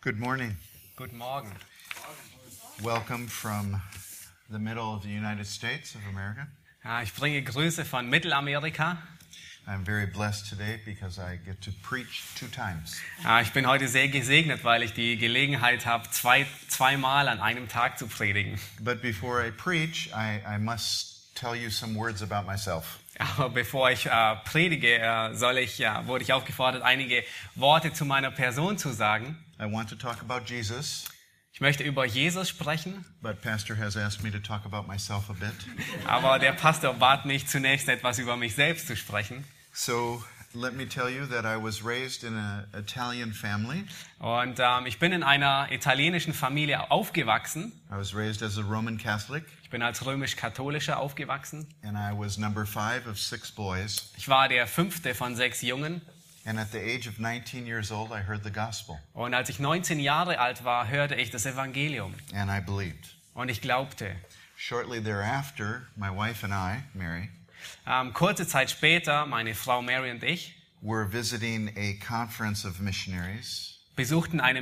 Good morning. Guten Morgen. Welcome from the middle of the United States of America. Ah, Ich bringe Grüße von Mittelamerika. I'm very blessed today because I get to preach two times. Ah, Ich bin heute sehr gesegnet, weil ich die Gelegenheit habe, zwei, zweimal an einem Tag zu predigen. But before I preach, I, I must tell you some words about myself. Aber bevor ich äh, predige, äh, soll ich, ja, wurde ich aufgefordert, einige Worte zu meiner Person zu sagen. I want to talk about Jesus, Ich möchte über Jesus sprechen, but Pastor has asked me to talk about myself a bit. aber der Pastor bat mich zunächst etwas über mich selbst zu sprechen. So let me tell you that I was raised in an Italian family. Und ähm, ich bin in einer italienischen Familie aufgewachsen. I was raised as a Roman Catholic, Ich bin als römisch-katholischer aufgewachsen. and I was number five of six boys. Ich war der fünfte von sechs Jungen. And at the age of 19 years old, I heard the gospel, Und als ich 19 Jahre alt war, hörte ich das Evangelium and I believed. und ich glaubte. Shortly thereafter, my wife and I, Mary, Ähm, kurze Zeit später, meine Frau Mary und ich were visiting a conference of missionaries, besuchten eine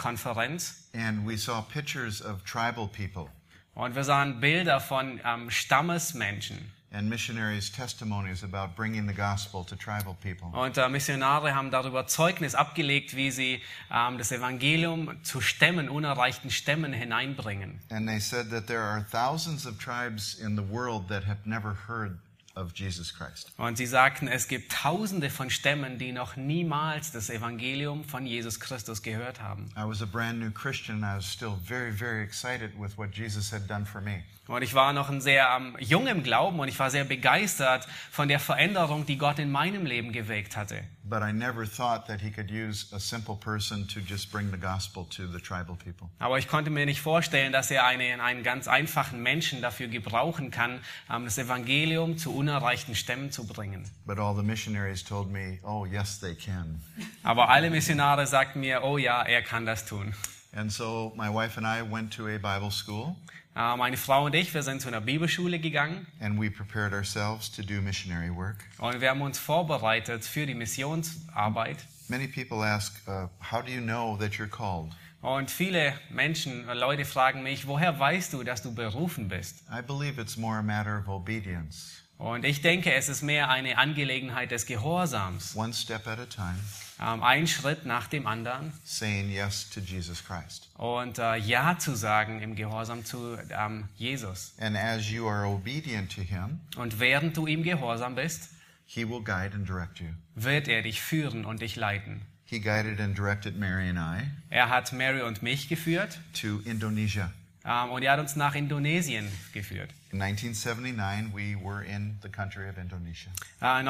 Missionskonferenz and we saw pictures of tribal people und wir sahen Bilder von ähm, Stammesmenschen. and missionaries' testimonies about bringing the gospel to tribal people. Und äh, Missionare haben darüber Zeugnis abgelegt, wie sie ähm, das Evangelium zu Stämmen, unerreichten Stämmen hineinbringen. And they said that there are thousands of tribes in the world that have never heard of Jesus Christ. Und sie sagten, es gibt Tausende von Stämmen, die noch niemals das Evangelium von Jesus Christus gehört haben. I was a brand new Christian, and I was still very, very excited with what Jesus had done for me. Und ich war noch ein sehr ähm, jung im Glauben und ich war sehr begeistert von der Veränderung, die Gott in meinem Leben gewirkt hatte. But I never thought that he could use a simple person to just bring the gospel to the tribal people. Aber ich konnte mir nicht vorstellen, dass er eine, einen ganz einfachen Menschen dafür gebrauchen kann, ähm, das Evangelium zu unerreichten Stämmen zu bringen. But all the missionaries told me, oh, yes, they can. Aber alle Missionare sagten mir, oh ja, er kann das tun. And so my wife and I went to a Bible school Äh, Meine Frau und ich, wir sind zu einer Bibelschule gegangen and we prepared ourselves to do missionary work. und wir haben uns vorbereitet für die Missionsarbeit. Many people ask, uh, how do you know that you're called? Und viele Menschen, äh, Leute fragen mich, woher weißt du, dass du berufen bist? I believe it's more a matter of obedience, Und ich denke, es ist mehr eine Angelegenheit des Gehorsams, one step at a time, ähm, ein Schritt nach dem anderen saying yes to Jesus Christ. und äh, Ja zu sagen im Gehorsam zu ähm, Jesus. And as you are obedient to him, Und während du ihm gehorsam bist, he will guide and direct you. wird er dich führen und dich leiten. He guided and directed Mary and I Er hat Mary und mich geführt to Indonesia. ähm, und er hat uns nach Indonesien geführt. In 1979, we were in the country of Indonesia. Äh,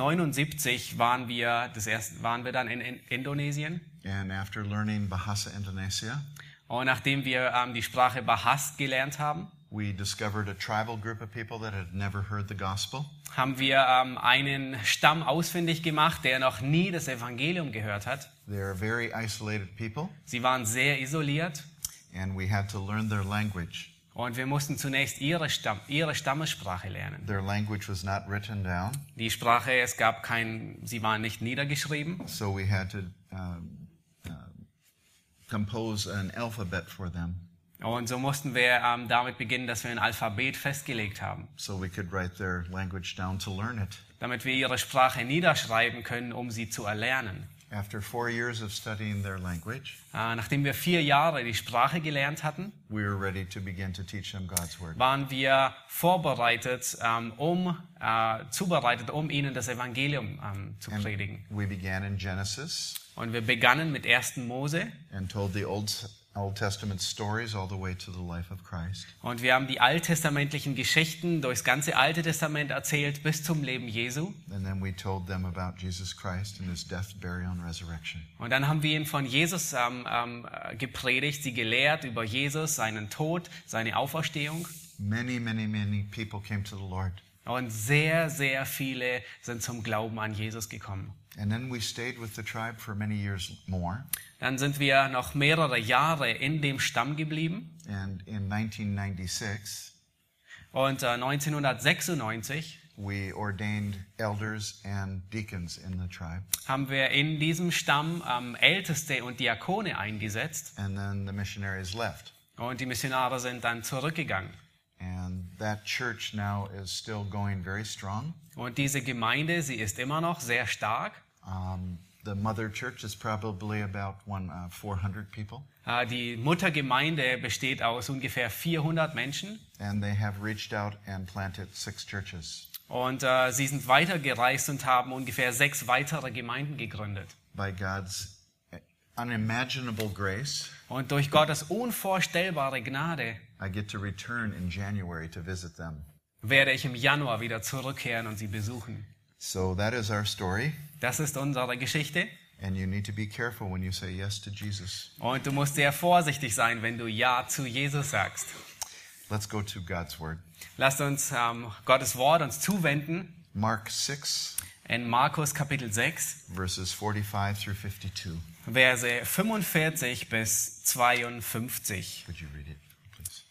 1979 waren wir, das erste, waren wir dann in, in Indonesien. And after learning Bahasa Indonesia, Und nachdem wir ähm, die Sprache Bahasa gelernt haben, we discovered a tribal group of people that had never heard the gospel. haben wir ähm, einen Stamm ausfindig gemacht, der noch nie das Evangelium gehört hat. They're very isolated people, Sie waren sehr isoliert and we had to learn their language. und wir mussten zunächst ihre, Stamm, ihre Stammessprache lernen. Their language was not written down, Die Sprache, es gab kein, sie waren nicht niedergeschrieben, so we had to um, uh, compose an alphabet for them und so mussten wir ähm, damit beginnen, dass wir ein Alphabet festgelegt haben, so we could write their language down to learn it. damit wir ihre Sprache niederschreiben können, um sie zu erlernen. After four years of studying their language, Äh, nachdem wir vier Jahre die Sprache gelernt hatten, we were ready to begin to teach them God's word. waren wir vorbereitet, ähm, um äh, zubereitet, um ihnen das Evangelium ähm, zu predigen. We began in Genesis Und wir begannen mit 1. Mose and told the Old, Old Testament stories all the way to the life of Christ. und wir haben die alttestamentlichen Geschichten durchs ganze Alte Testament erzählt bis zum Leben Jesu. And then we told them about Jesus Christ and his death, burial, and resurrection. Und dann haben wir ihnen von Jesus ähm, ähm, äh, gepredigt, sie gelehrt über Jesus, seinen Tod, seine Auferstehung. Many, many, many people came to the Lord. Und sehr, sehr viele sind zum Glauben an Jesus gekommen. And then we stayed with the tribe for many years more. Dann sind wir noch mehrere Jahre in dem Stamm geblieben. And in 1996, Und äh, 1996 we ordained elders and deacons in the tribe. haben wir in diesem Stamm ähm, Älteste und Diakone eingesetzt And then the missionaries left. und die Missionare sind dann zurückgegangen. And that church now is still going very strong. Und diese Gemeinde, sie ist immer noch sehr stark. Um, the mother church is probably about one, uh, 400 people, Äh, Die Muttergemeinde besteht aus ungefähr 400 Menschen and they have reached out and planted six churches. und äh, sie sind weitergereist und haben ungefähr sechs weitere Gemeinden gegründet. By God's unimaginable grace, Und durch Gottes unvorstellbare Gnade I get to return in January to visit them. werde ich im Januar wieder zurückkehren und sie besuchen. So that is our story, Das ist unsere Geschichte. and you need to be careful when you say yes to Jesus. Und du musst sehr vorsichtig sein, wenn du Ja zu Jesus sagst. Let's go to God's Word. Lasst uns ähm, Gottes Wort uns zuwenden Mark 6, in Markus Kapitel 6, verses 45 through 52. Verse 45 bis 52. Would you read it, please?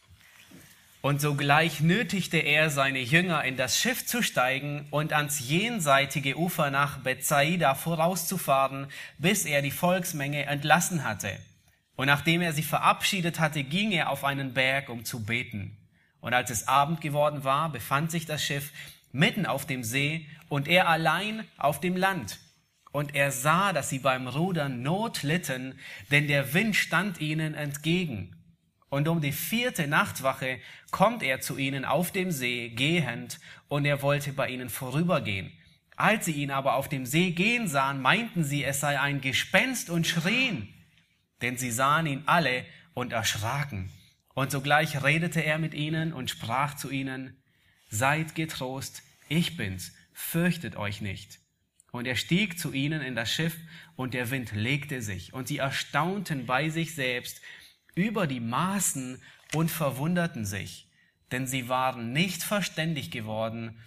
Und sogleich nötigte er seine Jünger, in das Schiff zu steigen und ans jenseitige Ufer nach Bethsaida vorauszufahren, bis er die Volksmenge entlassen hatte. Und nachdem er sie verabschiedet hatte, ging er auf einen Berg, um zu beten. Und als es Abend geworden war, befand sich das Schiff mitten auf dem See und er allein auf dem Land. Und er sah, dass sie beim Rudern Not litten, denn der Wind stand ihnen entgegen. Und um die vierte Nachtwache kommt er zu ihnen auf dem See gehend, und er wollte bei ihnen vorübergehen. Als sie ihn aber auf dem See gehen sahen, meinten sie, es sei ein Gespenst und schrien. Denn sie sahen ihn alle und erschraken. Und sogleich redete er mit ihnen und sprach zu ihnen, Seid getrost, ich bin's, fürchtet euch nicht. Und er stieg zu ihnen in das Schiff, und der Wind legte sich, und sie erstaunten bei sich selbst über die Maßen und verwunderten sich, denn sie waren nicht verständig geworden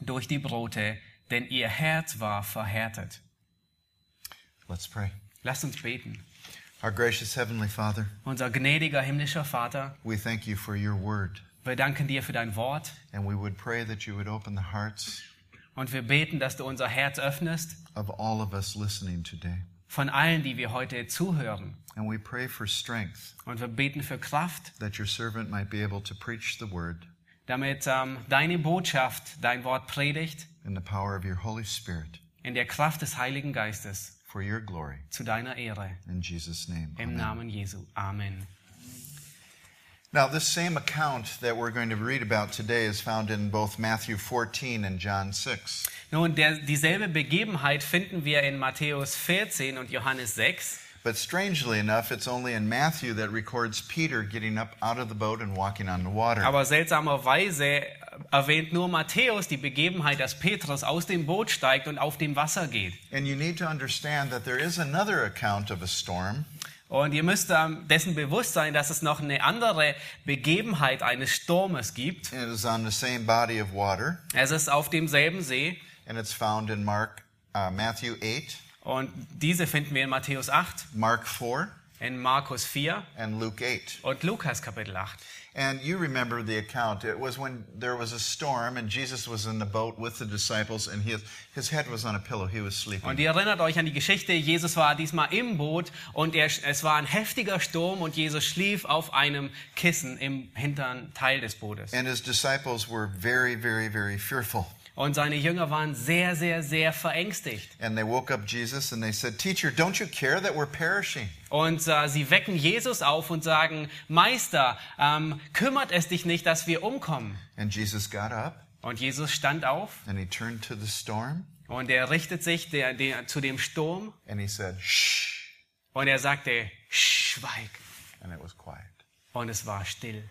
durch die Brote, denn ihr Herz war verhärtet. Let's pray. Lasst uns beten. Our gracious Heavenly Father, Unser gnädiger himmlischer Vater, we thank you for your word, wir danken dir für dein Wort and we would pray that you would open the hearts und wir beten, dass du unser Herz öffnest of all of us listening today. von allen, die wir heute zuhören. And we pray for strength Und wir beten für Kraft, that your servant might be able to preach the word damit ähm, deine Botschaft, dein Wort predigt, in the power of your Holy Spirit in der Kraft des Heiligen Geistes, for your glory. zu deiner Ehre. In Jesus' name. Im amen. Namen Jesu. Amen. Now, this same account that we're going to read about today is found in both Matthew 14 and John 6. Nun, der, dieselbe Begebenheit finden wir in Matthäus 14 und Johannes 6. But strangely enough, it's only in Matthew that records Peter getting up out of the boat and walking on the water. Aber seltsamerweise äh, erwähnt nur Matthäus die Begebenheit, dass Petrus aus dem Boot steigt und auf dem Wasser geht. And you need to understand that there is another account of a storm Und ihr müsst ähm, dessen bewusst sein, dass es noch eine andere Begebenheit eines Sturmes gibt. It is on the same body of water, Es ist auf demselben See and it's found in Mark, uh, Matthew 8, und diese finden wir in Matthäus 8, Mark 4, in Markus 4 and Luke 8. und Lukas Kapitel 8. And you remember the account. It was when there was a storm, and Jesus was in the boat with the disciples, and his, his head was on a pillow. He was Und sleeping. ihr erinnert euch an die Geschichte, Jesus war diesmal im Boot und er, es war ein heftiger Sturm und Jesus schlief auf einem Kissen im hinteren Teil des Bootes. And his disciples were very, very, very fearful. Und seine Jünger waren sehr, sehr, sehr verängstigt. And they woke up Jesus and they said, Teacher, don't you care that we're perishing? Und äh, sie wecken Jesus auf und sagen, Meister, ähm, kümmert es dich nicht, dass wir umkommen. And Jesus got up Und Jesus stand auf and he turned to the storm und er richtet sich der, der, zu dem Sturm and he said, Shh. und er sagte, schweig. And it was quiet. Und es war still.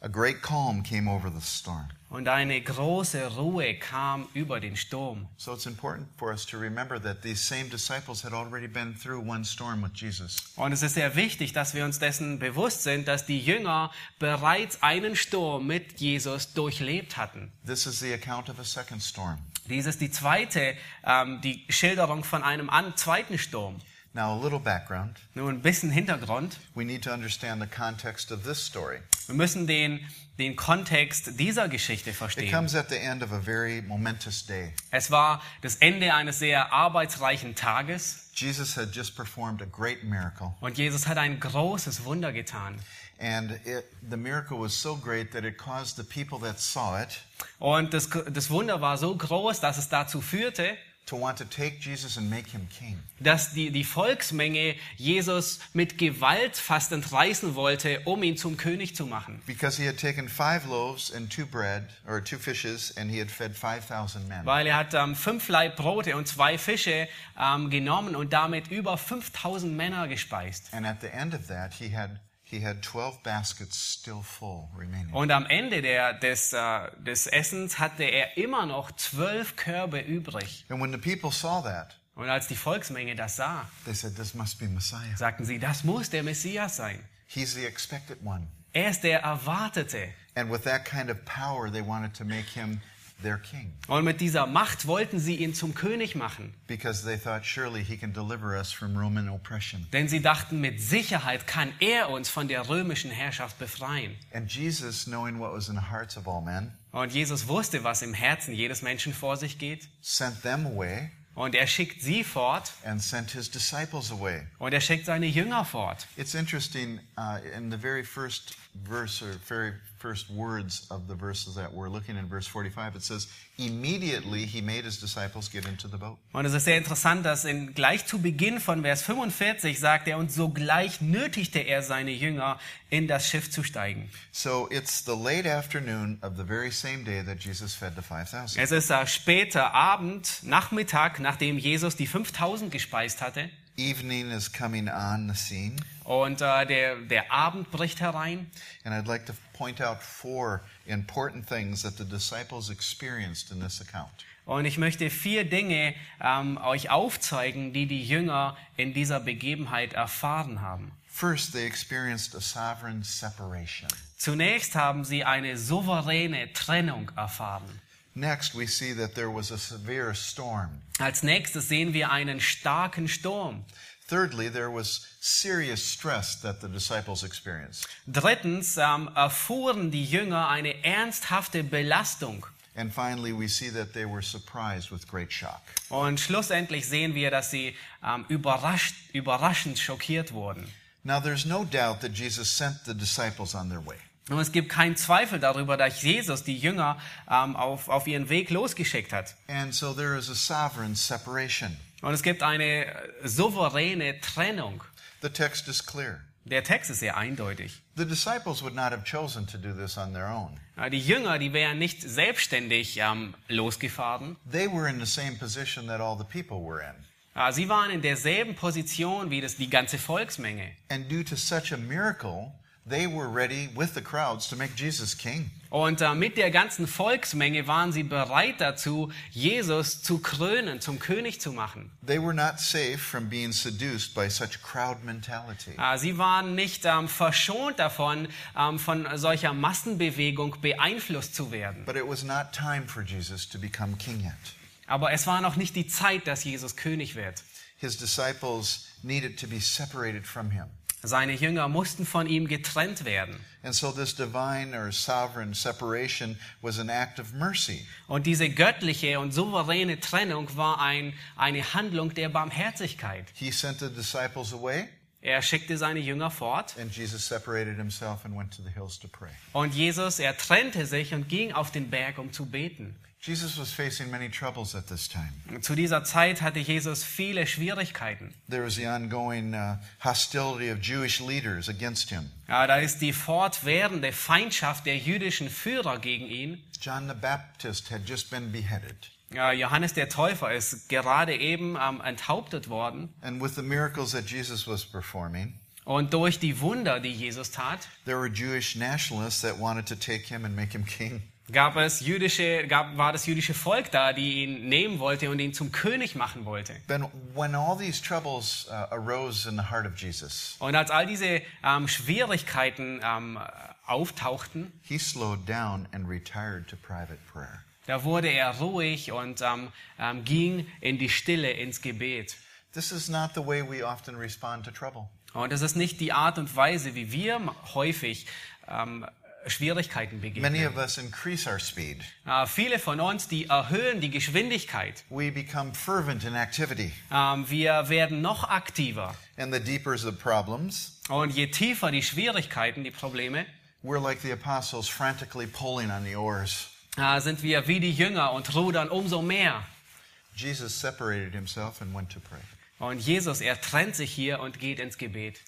A great calm came over the storm. Und eine große Ruhe kam über den Sturm. So it's important for us to remember that these same disciples had already been through one storm with Jesus. Und es ist sehr wichtig, dass wir uns dessen bewusst sind, dass die Jünger bereits einen Sturm mit Jesus durchlebt hatten. This is the account of a second storm. Dies ist die zweite, ähm, die Schilderung von einem an, zweiten Sturm. Now, a little background. Nur ein bisschen Hintergrund. We need to understand the context of this story. Wir müssen den, den Kontext dieser Geschichte It verstehen. comes at the end of a very momentous day. Es war das Ende eines sehr arbeitsreichen Tages Jesus had just performed a great miracle, und Jesus hat ein großes Wunder getan. and it, the miracle was so great that it caused the people that saw it Und das, das Wunder war so groß, dass es dazu führte, to want to take Jesus and make him king. dass die, die Volksmenge Jesus mit Gewalt fast entreißen wollte, um ihn zum König zu machen. Because he had taken five loaves and two bread, or two fishes, and he had fed 5,000 men. Weil er hat ähm, fünf Laib Brote und zwei Fische ähm, genommen und damit über 5000 Männer gespeist. And at the end of that, he had, he had 12 baskets still full remaining. Und am Ende der, des, äh, des Essens hatte er immer noch zwölf Körbe übrig. And when the people saw that, Und als die Volksmenge das sah, they said, This must be Messiah. sagten sie, das muss der Messias sein. He's the expected one. Er ist der Erwartete. And with that kind of power, they wanted to make him their king Und mit dieser Macht wollten sie ihn zum König machen. because they thought, Surely he can deliver us from Roman oppression. Denn sie dachten, mit Sicherheit kann er uns von der römischen Herrschaft befreien. And Jesus, knowing what was in the hearts of all men, Und Jesus wusste, was im Herzen jedes Menschen vor sich geht. sent them away Und er schickt sie fort and sent his disciples away. und er schickt seine Jünger fort. It's interesting uh, in the very first verse or very first words of the verses that we're looking in verse 45 it says immediately he made his disciples get into the boat Und es ist sehr interessant, dass in, gleich zu Beginn von Vers 45 sagt er, und sogleich nötigte er seine Jünger, in das Schiff zu steigen. so it's the late afternoon of the very same day that Jesus fed the 5000 Es ist äh, später Abend, Nachmittag, nachdem Jesus die 5000 gespeist hatte. evening is coming on the scene Und äh, der, der Abend bricht herein. and I'd like to point out four important things that the disciples experienced in this account Und ich möchte vier Dinge ähm, euch aufzeigen, die die Jünger in dieser Begebenheit erfahren haben. first they experienced a sovereign separation Zunächst haben sie eine souveräne Trennung erfahren. next we see that there was a severe storm Als nächstes sehen wir einen starken Sturm. Thirdly, there was serious stress that the disciples experienced. Drittens ähm, erfuhren die Jünger eine ernsthafte Belastung. And finally, we see that they were surprised with great shock. Und schlussendlich sehen wir, dass sie ähm, überrascht, überraschend schockiert wurden. Now, there's no doubt that Jesus sent the disciples on their way. Und es gibt keinen Zweifel darüber, dass Jesus die Jünger ähm, auf, auf ihren Weg losgeschickt hat. And so there is a sovereign separation. Und es gibt eine äh, souveräne Trennung. The text is clear. Der Text ist sehr eindeutig. The disciples would not have chosen to do this on their own. Äh, Die Jünger, die wären nicht selbstständig ähm, losgefahren. They were in the same position that all the people were in. Äh, Sie waren in derselben Position wie das, die ganze Volksmenge. And due to such a miracle, they were ready with the crowds to make Jesus king. Und äh, mit der ganzen Volksmenge waren sie bereit dazu, Jesus zu krönen, zum König zu machen. They were not safe from being seduced by such crowd mentality. Äh, Sie waren nicht ähm, verschont davon, ähm, von solcher Massenbewegung beeinflusst zu werden. But it was not time for Jesus to become king yet. Aber es war noch nicht die Zeit, dass Jesus König wird. His disciples needed to be separated from him. Seine Jünger mussten von ihm getrennt werden. And so this divine or sovereign separation was an act of mercy. Und diese göttliche und souveräne Trennung war ein, eine Handlung der Barmherzigkeit. He sent the disciples away, Er schickte seine Jünger fort and Jesus separated himself and went to the hills to pray. und Jesus, er trennte sich und ging auf den Berg, um zu beten. Jesus was facing many troubles at this time. Zu dieser Zeit hatte Jesus viele Schwierigkeiten. There was the ongoing uh, hostility of Jewish leaders against him. Ja, da ist die fortwährende Feindschaft der jüdischen Führer gegen ihn. John the Baptist had just been beheaded. Ja, Johannes der Täufer ist gerade eben ähm, enthauptet worden. And with the miracles that Jesus was performing, Und durch die Wunder, die Jesus tat, There were Jewish nationalists that wanted to take him and make him king. gab es jüdische, gab, war das jüdische Volk da, die ihn nehmen wollte und ihn zum König machen wollte. Then, when all these troubles uh, arose in the heart of Jesus, Und als all diese ähm, Schwierigkeiten ähm, auftauchten, he slowed down and retired to private prayer. da wurde er ruhig und ähm, ähm, ging in die Stille, ins Gebet. This is not the way we often respond to trouble. Und das ist nicht die Art und Weise, wie wir häufig ähm, Schwierigkeiten begegnen. Many of us increase our speed. Äh, viele von uns, die erhöhen die Geschwindigkeit. We become fervent in activity. Ähm, wir werden noch aktiver. And the deeper the problems, Und je tiefer die Schwierigkeiten, die Probleme, we're like the apostles frantically pulling on the oars. äh, sind wir wie die Jünger und rudern umso mehr. Jesus separated himself and went to pray. Und Jesus, er trennt sich hier und geht ins Gebet.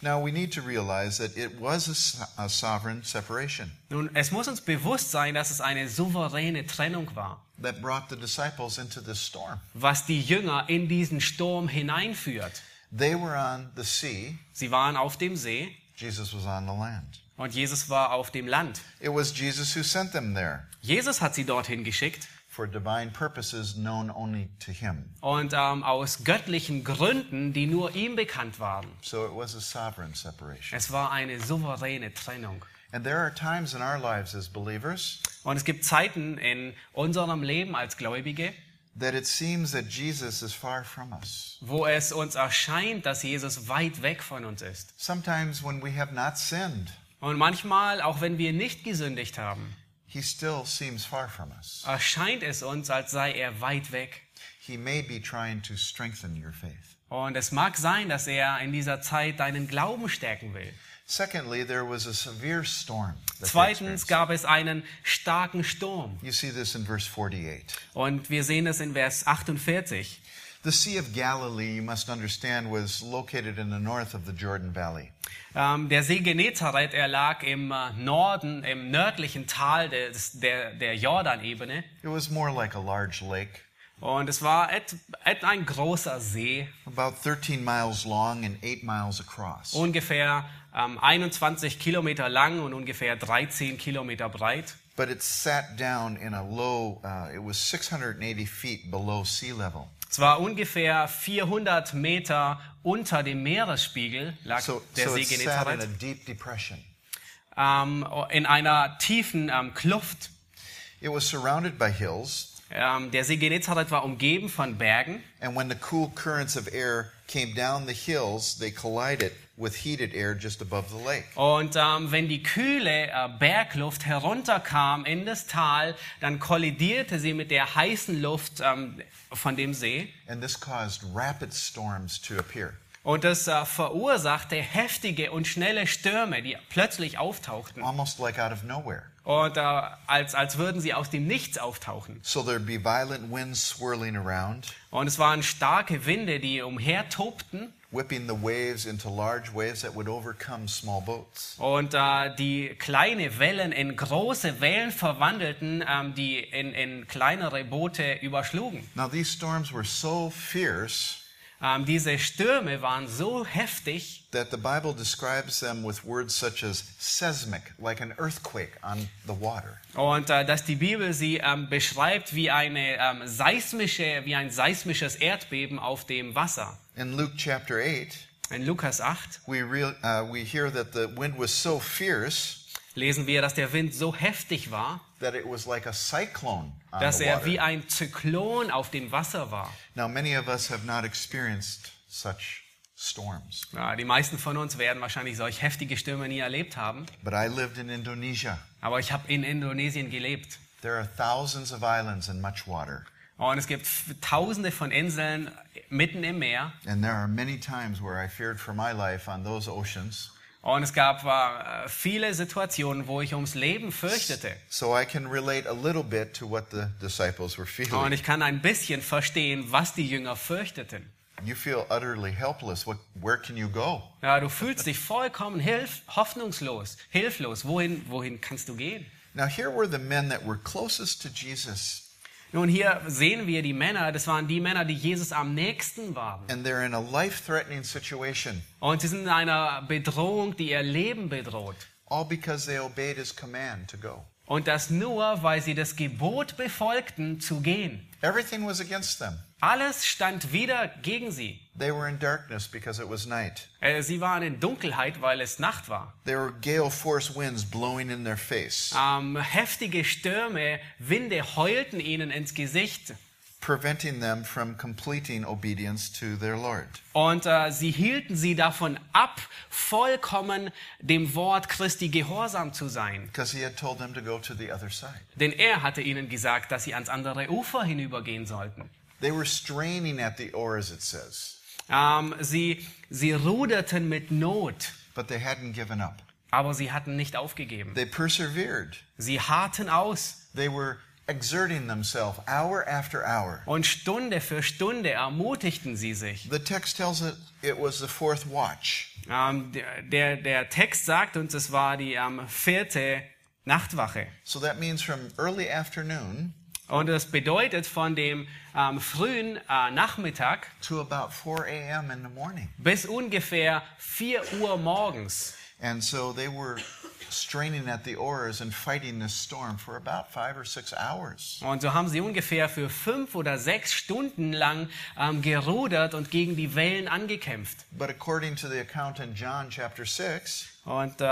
Now we need to realize that it was a, so- a sovereign separation Nun, es muss uns bewusst sein, dass es eine souveräne Trennung war, that brought the disciples into this storm. was die Jünger in diesen Sturm hineinführt. They were on the sea, Sie waren auf dem See Jesus was on the land. und Jesus war auf dem Land. It was Jesus who sent them there Jesus hat sie dorthin geschickt for divine purposes known only to him. und ähm, aus göttlichen Gründen, die nur ihm bekannt waren. So it was a sovereign separation. Es war eine souveräne Trennung. And there are times in our lives as believers Und es gibt Zeiten in unserem Leben als Gläubige, that it seems that Jesus is far from us. wo es uns erscheint, dass Jesus weit weg von uns ist. Sometimes when we have not sinned, Und manchmal, auch wenn wir nicht gesündigt haben, he still seems far from us. erscheint es uns, als sei er weit weg. He may be trying to strengthen your faith. Und es mag sein, dass er in dieser Zeit deinen Glauben stärken will. Secondly, there was a severe storm. that they Zweitens experienced. gab es einen starken Sturm. You see this in verse 48. Und wir sehen es in Vers 48. The Sea of Galilee, you must understand, was located in the north of the Jordan Valley. Ähm, der See Genezareth, er lag im äh, Norden, im nördlichen Tal des, der, der Jordanebene. It was more like a large lake, Und es war et, et ein großer See, about 13 miles long and 8 miles across. ungefähr ähm, 21 Kilometer lang und ungefähr 13 Kilometer breit. But it sat down in a low, uh, it was 680 feet below sea level. Es war ungefähr 400 Meter unter dem Meeresspiegel, lag So, der so See it sat in a Genezareth, deep depression. ähm, in einer tiefen ähm, Kluft. It was surrounded by hills, Ähm, der See Genezareth war umgeben von Bergen. and when the cool currents of air came down the hills, they collided with heated air just above the lake. Und ähm, wenn die kühle äh, Bergluft herunterkam in das Tal, dann kollidierte sie mit der heißen Luft ähm, von dem See. And this caused rapid storms to appear. Und das äh, verursachte heftige und schnelle Stürme, die plötzlich auftauchten. almost like out of nowhere. Und äh, als, als würden sie aus dem Nichts auftauchen. So there'd be violent winds swirling around, Und es waren starke Winde, die umhertobten whipping the waves into large waves that would overcome small boats. und äh, die kleine Wellen in große Wellen verwandelten, ähm, die in, in kleinere Boote überschlugen. Now, these storms were so fierce Ähm, diese Stürme waren so heftig, that the Bible describes them with words such as seismic, like an earthquake on the water. Und äh, dass die Bibel sie ähm, beschreibt wie, eine, ähm, seismische, wie ein seismisches Erdbeben auf dem Wasser. In Luke chapter 8, In Lukas 8 we, real, uh, we hear that the wind was so fierce lesen wir, dass der Wind so heftig war, that it was like a cyclone on dass the er water. wie ein Zyklon auf dem Wasser war. Now, many of us have not experienced such storms, Ja, die meisten von uns werden wahrscheinlich solch heftige Stürme nie erlebt haben, but I lived in Indonesia. aber ich habe in Indonesien gelebt. There are thousands of islands and much water, Und es gibt f- tausende von Inseln mitten im Meer. and there are many times where I feared for my life on those oceans. Und es gab äh, viele Situationen, wo ich ums Leben fürchtete. So I can relate a little bit to what the disciples were Und feeling. ich kann ein bisschen verstehen, was die Jünger fürchteten. You feel utterly helpless. What, where can you go? Ja, du fühlst dich vollkommen hilf hoffnungslos, hilflos. Wohin, wohin kannst du gehen? Now, here were the men that were closest to Jesus, Nun, hier sehen wir die Männer, das waren die Männer, die Jesus am nächsten waren. and they're in a life threatening situation, Und sie sind in einer Bedrohung, die ihr Leben bedroht. all because they obeyed his command to go. Und das nur, weil sie das Gebot befolgten, zu gehen. Everything was against them. Alles stand wieder gegen sie. They were in darkness because it was night. Äh, Sie waren in Dunkelheit, weil es Nacht war. There were gale force winds blowing in their face. Ähm, heftige Stürme, Winde heulten ihnen ins Gesicht. preventing them from completing obedience to their Lord. Und äh, sie hielten sie davon ab, vollkommen dem Wort Christi gehorsam zu sein. Because he had told them to go to the other side. Denn er hatte ihnen gesagt, dass sie ans andere Ufer hinübergehen sollten. They were straining at the oar, as it says, Ähm, sie, sie ruderten mit Not, but they hadn't given up. aber sie hatten nicht aufgegeben. They persevered. Sie harrten aus They were exerting themselves hour after hour. und Stunde für Stunde ermutigten sie sich. The text tells it it was the fourth watch. Ähm, der- der, der Text sagt uns, es war die ähm, vierte Nachtwache. So that means from early afternoon Und das bedeutet von dem ähm, frühen äh, Nachmittag to about 4 a.m. in the morning. bis ungefähr 4 Uhr morgens. And so they were straining at the oars and fighting this storm for about five or six hours. Und so haben sie ungefähr für fünf oder sechs Stunden lang ähm, gerudert und gegen die Wellen angekämpft. But according to the account in John chapter 6, Und äh,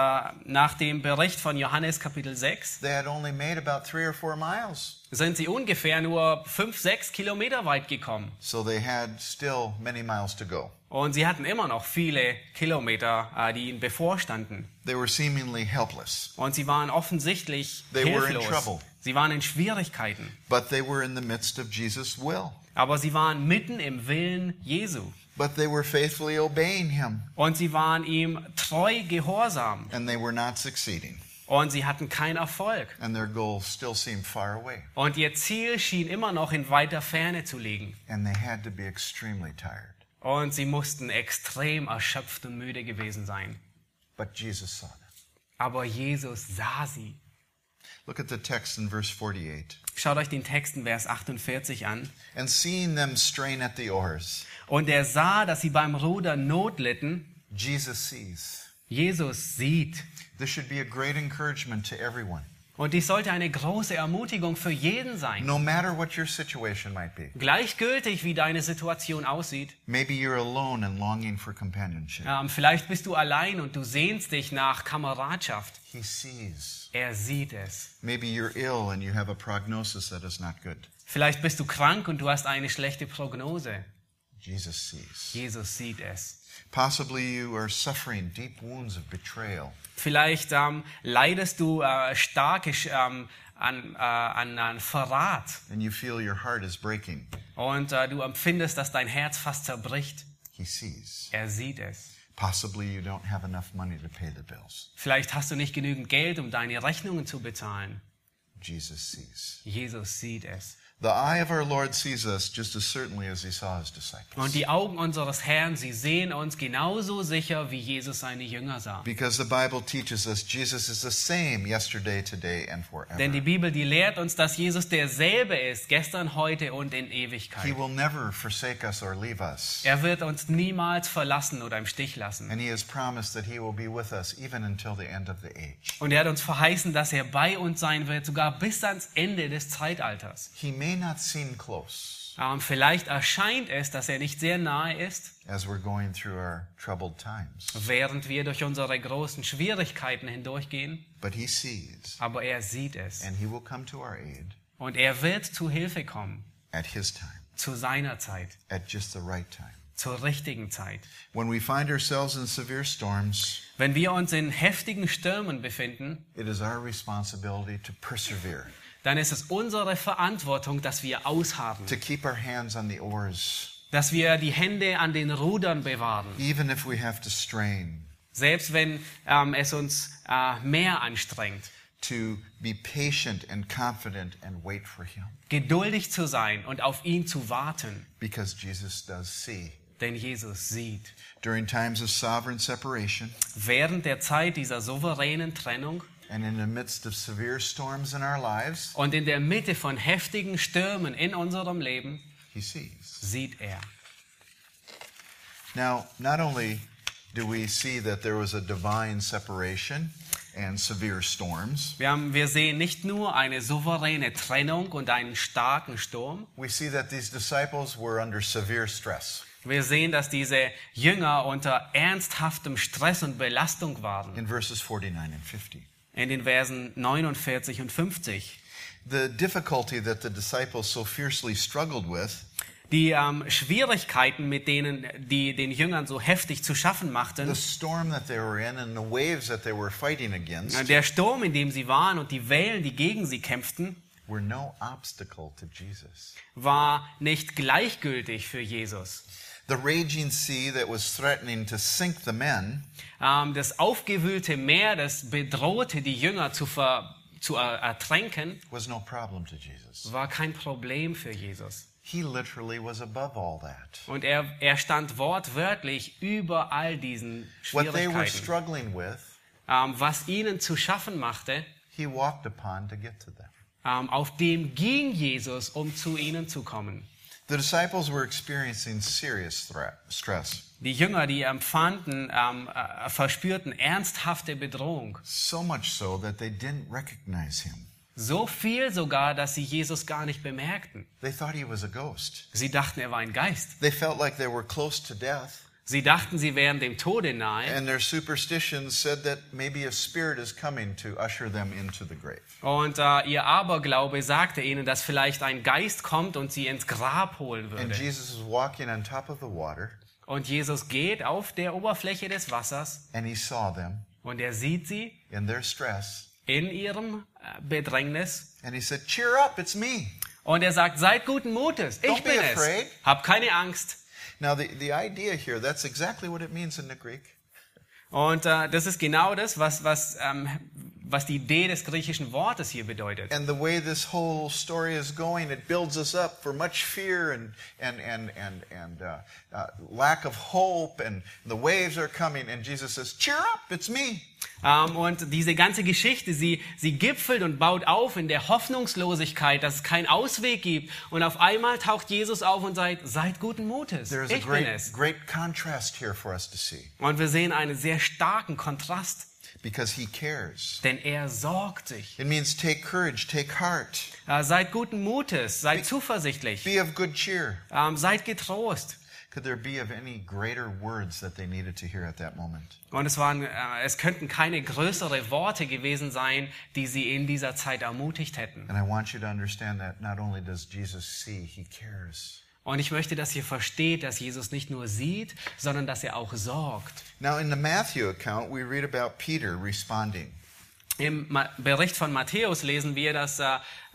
nach dem Bericht von Johannes Kapitel 6 they had only made about three or four miles. sind sie ungefähr nur fünf, sechs Kilometer weit gekommen. So they had still many miles to go. Und sie hatten immer noch viele Kilometer, äh, die ihnen bevorstanden. They were seemingly helpless, Und sie waren offensichtlich They were in hilflos. trouble. Sie waren in Schwierigkeiten. but they were in the midst of Jesus' will. Aber sie waren mitten im Willen Jesu. But they were faithfully obeying him, Und sie waren ihm treu gehorsam. and they were not succeeding. Und sie hatten keinen Erfolg. And their goal still seemed far away, Und ihr Ziel schien immer noch in weiter Ferne zu liegen. and they had to be extremely tired. Und sie mussten extrem erschöpft und müde gewesen sein. But Jesus saw them. Aber Jesus sah sie. Look at the text in verse 48. Schaut euch den Text in Vers 48 an. And seeing them strain at the oars, Und er sah, dass sie beim Rudern Not litten. Jesus sees. Jesus sieht. This should be a great encouragement to everyone, Und dies sollte eine große Ermutigung für jeden sein. no matter what your situation might be. Gleichgültig, wie deine Situation aussieht. Maybe you're alone and longing for companionship. Ähm, vielleicht bist du allein und du sehnst dich nach Kameradschaft. He sees. Er sieht es. Maybe you're ill and you have a prognosis that is not good. Vielleicht bist du krank und du hast eine schlechte Prognose. Jesus sees. Jesus sieht es. Possibly you are suffering deep wounds of betrayal. Vielleicht ähm, leidest du äh, stark ähm, an, äh, an, an Verrat and you feel your heart is breaking, und äh, du empfindest, dass dein Herz fast zerbricht. he sees. Er sieht es. Possibly you don't have enough money to pay the bills. Vielleicht hast du nicht genügend Geld, um deine Rechnungen zu bezahlen. Jesus sees. Jesus sieht es. The eye of our Lord sees us just as certainly as he saw his Und disciples. die Augen unseres Herrn, sie sehen uns genauso sicher, wie Jesus seine Jünger sah. Because the Bible teaches us Jesus is the same yesterday, today, and Denn die forever. Bibel, die lehrt uns, dass Jesus derselbe ist, gestern, heute und in He Ewigkeit. will never forsake us or leave us. Er wird uns niemals verlassen oder im Stich lassen. And he has promised that he will be with us even until the end of the age. Und er hat uns verheißen, dass er bei uns sein wird, sogar bis ans Ende des Zeitalters. He may not seem close Ähm, vielleicht erscheint es, dass er nicht sehr nahe ist, as we're going through our troubled times, während wir durch unsere großen Schwierigkeiten hindurchgehen, but he sees, aber er sieht es. and he will come to our aid Und er wird zu Hilfe kommen, at his time. zu seiner Zeit, at just the right time. zur richtigen Zeit. When we find ourselves in severe storms, Wenn wir uns in heftigen Stürmen befinden, it is our responsibility to persevere, dann ist es unsere Verantwortung, dass wir ausharren, to keep our hands on the oars, dass wir die Hände an den Rudern bewahren, even if we have to strain, selbst wenn ähm, es uns äh, mehr anstrengt. to be patient and confident and wait for Him, geduldig zu sein und auf ihn zu warten, because Jesus does see. denn Jesus sieht. During times of sovereign separation Während der Zeit dieser souveränen Trennung and in the midst of severe storms in our lives, und in der Mitte von heftigen Stürmen in unserem Leben He sees. sieht er. Now, not only do we see that there was a divine separation and severe storms, Wir, haben, wir sehen nicht nur eine souveräne Trennung und einen starken Sturm, we see that these disciples were under severe stress. wir sehen, dass diese Jünger unter ernsthaftem Stress und Belastung waren. In verses 49 and 50, in den Versen 49 und 50. The difficulty that the disciples so fiercely struggled with Die ähm, Schwierigkeiten, mit denen die den Jüngern so heftig zu schaffen machten, the storm that they were in and the waves that they were fighting against Äh, der Sturm, in dem sie waren und die Wellen, die gegen sie kämpften, were no obstacle to Jesus. war nicht gleichgültig für Jesus. The raging sea that was threatening to sink the men Ähm, das aufgewühlte Meer, das bedrohte die Jünger zu, ver, zu er, ertränken, was no problem to Jesus. war kein Problem für Jesus. He literally was above all that. Und er, er stand wortwörtlich über all diesen What they were Schwierigkeiten. struggling with, Ähm, was ihnen zu schaffen machte, he walked upon to get to them. ähm, auf dem ging Jesus, um zu ihnen zu kommen. The disciples were experiencing serious threat, stress, Die Jünger, die empfanden, ähm, äh, verspürten ernsthafte Bedrohung. so much so that they didn't recognize him. So viel sogar, dass sie Jesus gar nicht bemerkten. They thought he was a ghost. Sie dachten, er war ein Geist. They felt like they were close to death, Sie dachten, sie wären dem Tode nahe. and their superstitions said that maybe a spirit is coming to usher them into the grave. Und äh, ihr Aberglaube sagte ihnen, dass vielleicht ein Geist kommt und sie ins Grab holen And würde. Jesus is walking on top of the water, Und Jesus geht auf der Oberfläche des Wassers and he saw them und er sieht sie in their stress, in ihrem äh, Bedrängnis. and he said, Cheer up, it's me. Und er sagt, seid guten Mutes, ich Don't be bin es. afraid. Hab keine Angst. Now, the, the idea here, that's exactly what it means in the Greek. Und äh, das ist genau das, was, was, ähm, was die Idee des griechischen Wortes hier bedeutet. And the way this whole story is going, it builds us up for much fear and, and, and, and, and uh, uh, lack of hope, and the waves are coming, and Jesus says, Cheer up, it's me. Ähm, und diese ganze Geschichte, sie, sie gipfelt und baut auf in der Hoffnungslosigkeit, dass es keinen Ausweg gibt. Und auf einmal taucht Jesus auf und sagt, seid guten Mutes, There's a ich bin great, es. great contrast here for us to see Und wir sehen einen sehr starken Kontrast, because he cares. denn er sorgt sich. It means take courage, take heart, Äh, seid guten Mutes, seid zuversichtlich, be of good cheer. ähm, seid getrost. Could there be of any greater words that they needed to hear at that moment? Und es, waren, äh, es könnten keine größeren Worte gewesen sein, die sie in dieser Zeit ermutigt hätten. And I want you to understand that not only does Jesus see, he cares. Und ich möchte, dass ihr versteht, dass Jesus nicht nur sieht, sondern dass er auch sorgt. Now, in the Matthew account, we read about Peter responding. Im Ma Bericht von Matthäus lesen wir, dass äh,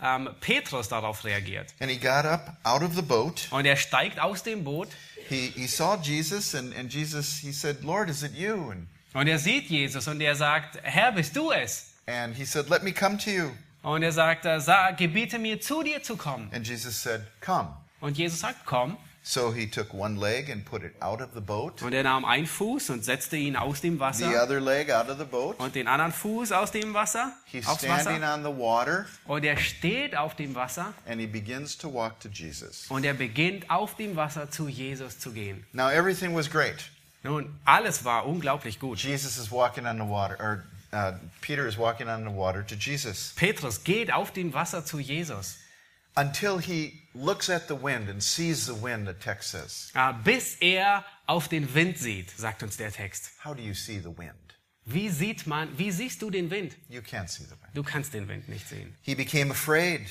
ähm, Petrus darauf reagiert. And he got up out of the boat. Und er steigt aus dem Boot He, he saw Jesus, and, and Jesus, he said, Lord, is it you? And, und er sieht Jesus und er sagt, Herr, bist du es? and he said, Let me come to you. Und er sagt, äh, sag, gebiete mir, zu dir zu kommen. And Jesus said, Come. Und Jesus sagt, komm. So he took one leg and put it out of the boat, Und er nahm einen Fuß und setzte ihn aus dem the Wasser other leg out of the boat. und den anderen Fuß aus dem Wasser, He's aufs standing Wasser. on the water Und er steht auf dem Wasser and he begins to walk to Jesus. und er beginnt auf dem Wasser zu Jesus zu gehen. Now everything was great. Nun, alles war unglaublich gut. Jesus is walking on the water, or uh, Peter is walking on the water to Jesus Petrus geht auf dem Wasser zu Jesus, until he looks at the wind and sees the wind. The text says, äh, bis er auf den Wind sieht, sagt uns der Text. "How do you see the wind? Wie sieht man, wie siehst du den Wind? You can't see the wind." Du kannst den Wind nicht sehen. He became afraid.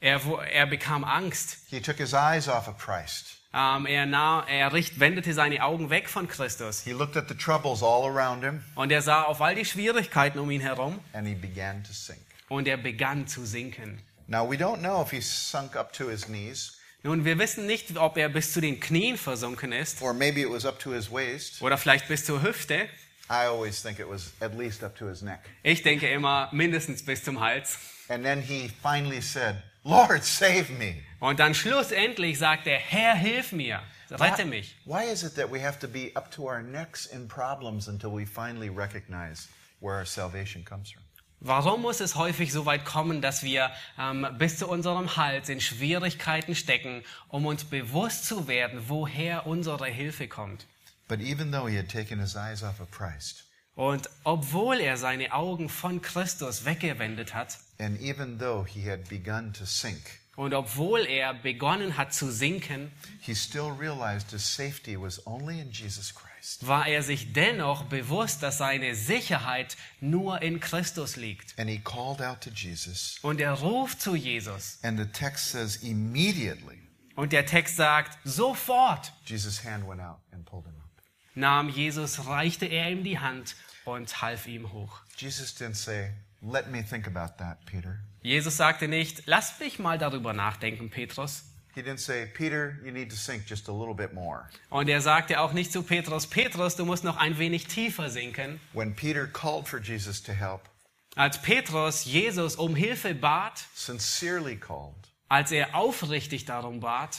Er, wo, er bekam Angst. He took his eyes off of Christ. Ähm, er, nah, er richt, wendete seine Augen weg von Christus. He looked at the troubles all around him Und er sah auf all die Schwierigkeiten um ihn herum and he began to sink. und er begann zu sinken. Now we don't know if he sunk up to his knees Nun, wir wissen nicht, ob er bis zu den Knien versunken ist or maybe it was up to his waist. oder vielleicht bis zur Hüfte. I always think it was at least up to his neck. Ich denke immer mindestens bis zum Hals. And then he finally said, Lord, save me. Und dann schlussendlich sagt er, Herr, hilf mir, rette mich. Why is it that we have to be up to our necks in problems until we finally recognize where our salvation comes from? Warum muss es häufig so weit kommen, dass wir ähm, bis zu unserem Hals in Schwierigkeiten stecken, um uns bewusst zu werden, woher unsere Hilfe kommt? But even though he had taken his eyes off of Christ, Und obwohl er seine Augen von Christus weggewendet hat and even though he had begun to sink, und obwohl er begonnen hat zu sinken, he still realized his safety was only in Jesus Christ. Christ. war er sich dennoch bewusst, dass seine Sicherheit nur in Christus liegt. And he called out to Jesus. Und er ruft zu Jesus. And the text says, immediately, Und der Text sagt, sofort Jesus' hand went out and pulled him up. nahm Jesus, reichte er ihm die Hand und half ihm hoch. Jesus didn't say, Let me think about that, Peter. Jesus sagte nicht, lass mich mal darüber nachdenken, Petrus. He didn't say, Peter, you need to sink just a little bit more. Und er sagte auch nicht zu Petrus, Petrus, du musst noch ein wenig tiefer sinken. When Peter called for Jesus to help, Als Petrus Jesus um Hilfe bat, sincerely called, als er aufrichtig darum bat,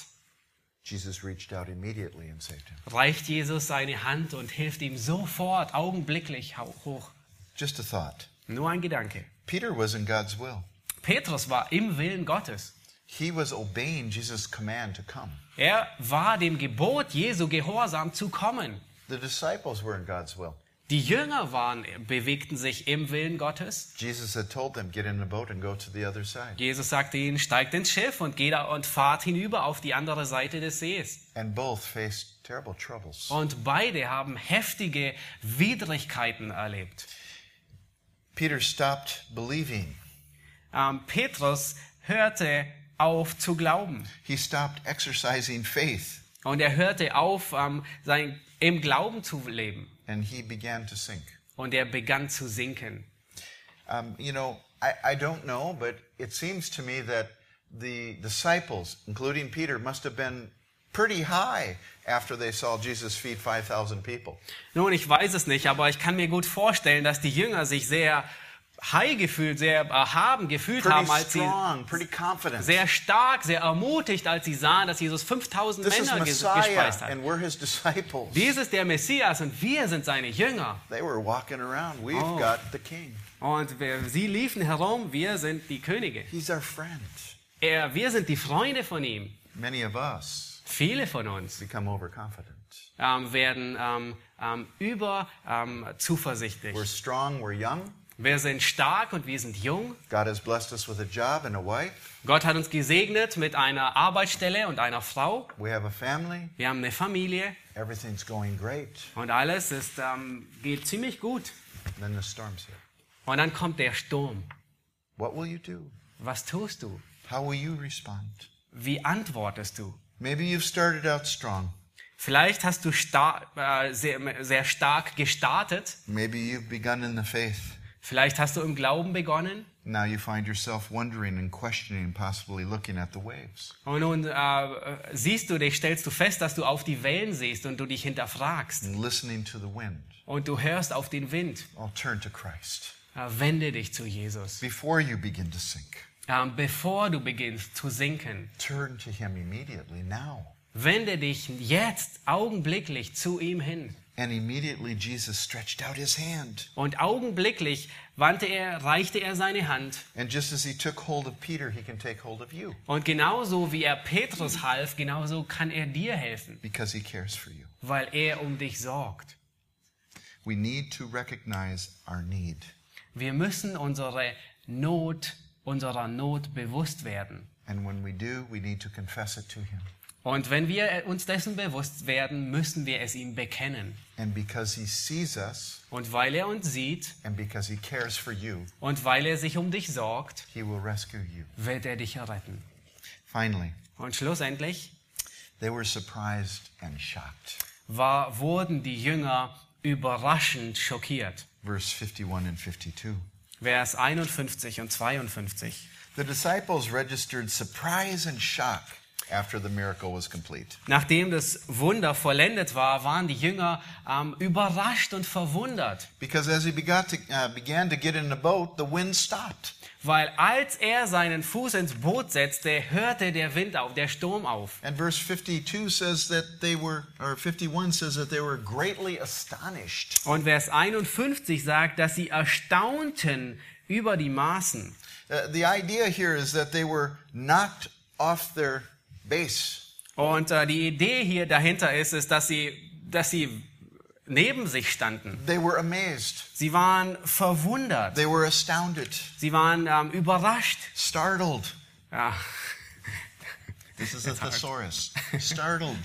Jesus reached out immediately and saved him. reicht Jesus seine Hand und hilft ihm sofort, augenblicklich hau- hoch. Just a thought. Nur ein Gedanke. Peter was in God's will. Petrus war im Willen Gottes. He was obeying Jesus' command to come. Er war dem Gebot Jesu gehorsam zu kommen. The disciples were in God's will. Die Jünger waren, bewegten sich im Willen Gottes. Jesus had told them, Get in the boat and go to the other side. Jesus sagte ihnen, steigt ins Schiff und geht da und fahrt hinüber auf die andere Seite des Sees. And both faced terrible troubles. Und beide haben heftige Widrigkeiten erlebt. Peter stopped believing, Ähm, Petrus hörte auf zu glauben. he stopped exercising faith. Und er hörte auf, ähm, sein, im Glauben zu leben. and he began to sink. Und er begann zu sinken. Um, you know, I, I don't know, but it seems to me that the disciples, including Peter, must have been pretty high after they saw Jesus feed 5,000 people. Nun, ich weiß es nicht, aber ich kann mir gut vorstellen, dass die Jünger sich sehr high gefühlt, sehr erhaben gefühlt Pretty haben, als sie strong, pretty confident. sehr stark, sehr ermutigt, als sie sahen, dass Jesus 5000 This is Männer ges Messiah, gespeist hat. and we're his disciples. Dies ist der Messias und wir sind seine Jünger. They were walking around. We've Oh. got the king. Und wir, sie liefen herum, wir sind die Könige. He's our friend. Er, wir sind die Freunde von ihm. Many of us Viele von uns. become overconfident. ähm, werden ähm, ähm, über ähm, zuversichtlich. We're strong, we're young. Wir sind stark und wir sind jung. God has blessed us with a job and a wife. Gott hat uns gesegnet mit einer Arbeitsstelle und einer Frau. We have a family. Wir haben eine Familie Everything's going great. und alles ist, ähm, geht ziemlich gut. Then the storm's here. Und dann kommt der Sturm. What will you do? Was tust du? How will you respond? Wie antwortest du? Maybe you've started out strong. Vielleicht hast du star äh, sehr, sehr stark gestartet. Maybe you've begun in the faith. Vielleicht hast du im Glauben begonnen. Now you find yourself wondering and questioning, possibly looking at the waves. Und nun äh, siehst du dich, stellst du fest, dass du auf die Wellen siehst und du dich hinterfragst. and Listening to the wind. Und du hörst auf den Wind. I'll turn to Christ. Äh, Wende dich zu Jesus. Before you begin to sink, Ähm, bevor du beginnst zu sinken, turn to Him immediately now. wende dich jetzt augenblicklich zu ihm hin. And immediately Jesus stretched out His hand. Und augenblicklich wandte er, reichte er seine Hand. And just as He took hold of Peter, He can take hold of you Und genauso wie er Petrus half, genauso kann er dir helfen, because He cares for you. weil er um dich sorgt. We need to recognize our need. Wir müssen unsere Not, unserer Not bewusst werden. And when we do, we need to confess it to Him. Und wenn wir uns dessen bewusst werden, müssen wir es ihm bekennen. And because He sees us Und weil er uns sieht and because He cares for you, und weil er sich um dich sorgt, He will rescue you. wird er dich retten. Finally, Und schlussendlich they were surprised and shocked. war, wurden die Jünger überraschend schockiert. Verse 51 and 52. Vers 51 und 52. The disciples registered surprise and shock after the miracle was complete. Nachdem das Wunder vollendet war, waren die Jünger ähm, überrascht und verwundert, Because as he begot to, uh, began to get in the boat, the wind stopped. weil als er seinen Fuß ins Boot setzte, hörte der Wind auf, der Sturm auf. And verse 52 says that they were, or 51 says that they were greatly astonished. Und Vers 51 sagt, dass sie erstaunten über die Maßen. Uh, the idea here is that they were knocked off their base. Und äh, die Idee hier dahinter ist, ist, dass sie, dass sie neben sich standen. They were amazed. Sie waren verwundert. They were astounded, Sie waren ähm, überrascht. startled. Ja. This is a thesaurus. Startled,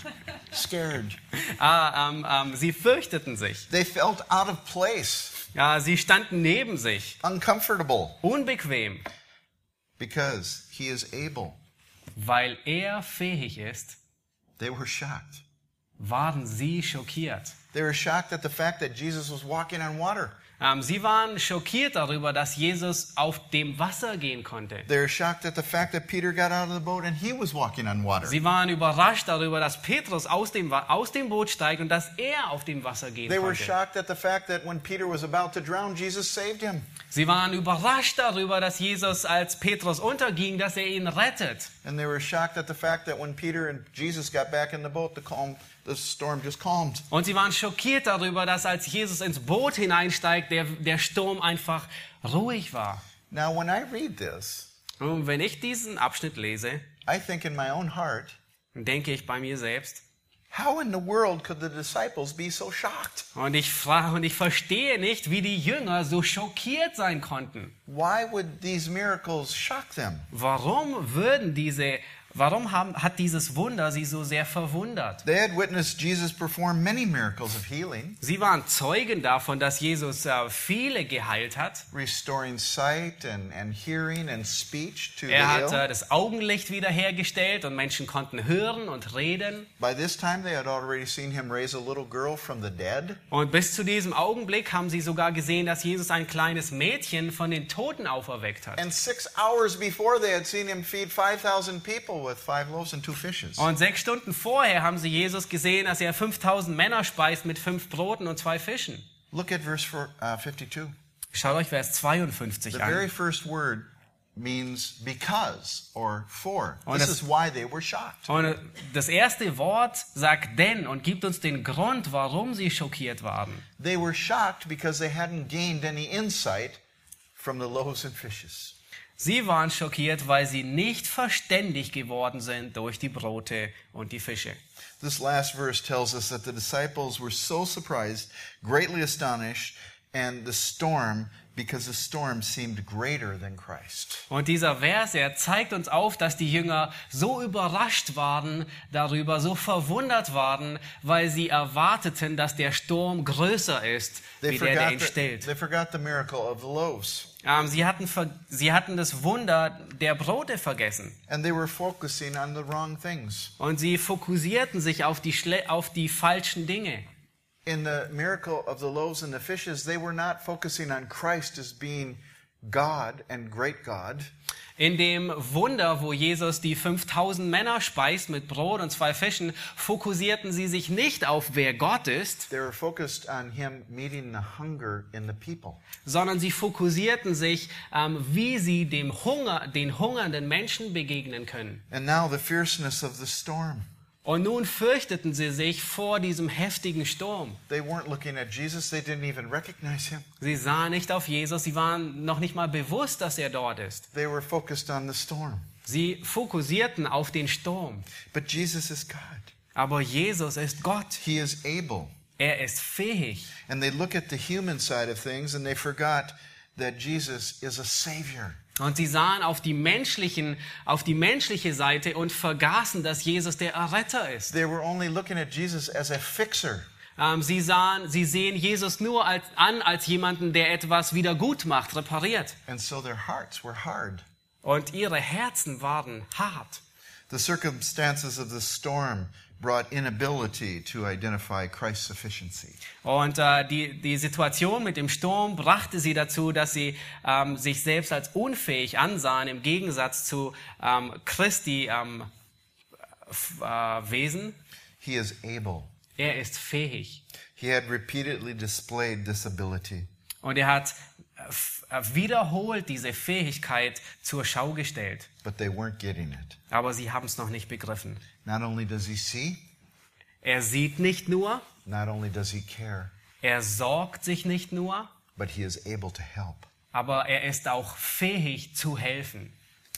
scared. Ah, ähm, ähm, sie fürchteten sich. They felt out of place, Ja, sie standen neben sich. uncomfortable, Unbequem, because he is able. weil er fähig ist, They were shocked. waren sie schockiert. They were shocked at the fact that Jesus was walking on water. Ähm, sie waren schockiert darüber, dass Jesus auf dem Wasser gehen konnte. They were shocked at the fact that Peter got out of the boat and he was walking on water. Sie waren überrascht darüber, dass Petrus aus dem, Wa- aus dem Boot steigt und dass er auf dem Wasser gehen They were konnte. shocked at the fact that when Peter was about to drown, Jesus saved him. Sie waren überrascht darüber, dass Jesus, als Petrus unterging, dass er ihn rettet. And they were shocked at the fact that when Peter and Jesus got back in the boat, the calm, the storm just calmed. Und sie waren schockiert darüber, dass als Jesus ins Boot hineinsteigt, der, der Sturm einfach ruhig war. Now, when I read this, Und wenn ich diesen Abschnitt lese, I think in my own heart, denke ich bei mir selbst how in the world could the disciples be so shocked? und ich frage und ich verstehe nicht, wie die Jünger so schockiert sein konnten. Why would these miracles shock them? Warum würden diese, warum haben, hat dieses Wunder sie so sehr verwundert? They had witnessed Jesus perform many miracles of healing, Sie waren Zeugen davon, dass Jesus äh, viele geheilt hat. restoring sight and, and hearing and speech to Er the hat ill. äh, das Augenlicht wiederhergestellt und Menschen konnten hören und reden. By this time, they had already seen him raise a little girl from the dead. Und bis zu diesem Augenblick haben sie sogar gesehen, dass Jesus ein kleines Mädchen von den Toten auferweckt hat. And six hours before, they had seen him feed 5,000 people with five loaves and two fishes. Und sechs Stunden vorher haben sie Jesus gesehen, dass er 5000 Männer speist mit fünf Broten und zwei Fischen. Look at verse four, uh, 52. Schaut euch Vers 52 The very an. first word means because or for. Oh, this is that's- why they were shocked. Und das erste Wort sagt denn und gibt uns den Grund, warum sie schockiert waren. They were shocked because they hadn't gained any insight from the loaves and fishes. Sie waren schockiert, weil sie nicht verständig geworden sind durch die Brote und die Fische. This last verse tells us that the disciples were so surprised, greatly astonished, and the storm, because the storm seemed greater than Christ. Und dieser Vers, er zeigt uns auf, dass die Jünger so überrascht waren darüber, so verwundert waren, weil sie erwarteten, dass der Sturm größer ist, They, wie der, der forgot the, entstellt. they forgot the miracle of the loaves, Ähm, sie, hatten ver sie hatten das Wunder der Brote vergessen. and they were focusing on the wrong things. Und sie fokussierten sich auf die, Schle auf die falschen Dinge. in the miracle of the loaves and the fishes, they were not focusing on Christ as being God and great God. In dem Wunder, wo Jesus die 5000 Männer speist mit Brot und zwei Fischen, fokussierten sie sich nicht auf, wer Gott ist, They were focused on Him meeting the hunger in the people. sondern sie fokussierten sich, ähm, wie sie dem Hunger, den hungernden Menschen begegnen können. And now the fierceness of the storm. Und nun fürchteten sie sich vor diesem heftigen Sturm. They weren't looking at Jesus, they didn't even recognize Him. Sie sahen nicht auf Jesus, sie waren noch nicht mal bewusst, dass er dort ist. They were focused on the storm. Sie fokussierten auf den Sturm. But Jesus is God, Aber Jesus ist Gott. He is able. Er ist fähig. And they look at the human side of things and they forgot that Jesus is a Savior. Und sie sahen auf die menschlichen, auf die menschliche Seite und vergaßen, dass Jesus der Erretter ist. They were only looking at Jesus as a fixer. Ähm, sie sahen, sie sehen Jesus nur als, an als jemanden, der etwas wieder gut macht, repariert. And so their hearts were hard. Und ihre Herzen waren hart. The circumstances of the storm brought inability to identify Christ's sufficiency. Und äh, die, die Situation mit dem Sturm brachte sie dazu, dass sie ähm, sich selbst als unfähig ansahen, im Gegensatz zu ähm, Christi ähm, f- äh, Wesen. He is able. Er ist fähig. He had repeatedly displayed this ability. Und er hat äh, f- äh, wiederholt diese Fähigkeit zur Schau gestellt. But they weren't getting it. Aber sie haben es noch nicht begriffen. Not only does he see, Er sieht nicht nur, not only does he care, er sorgt sich nicht nur, but he is able to help aber er ist auch fähig zu helfen.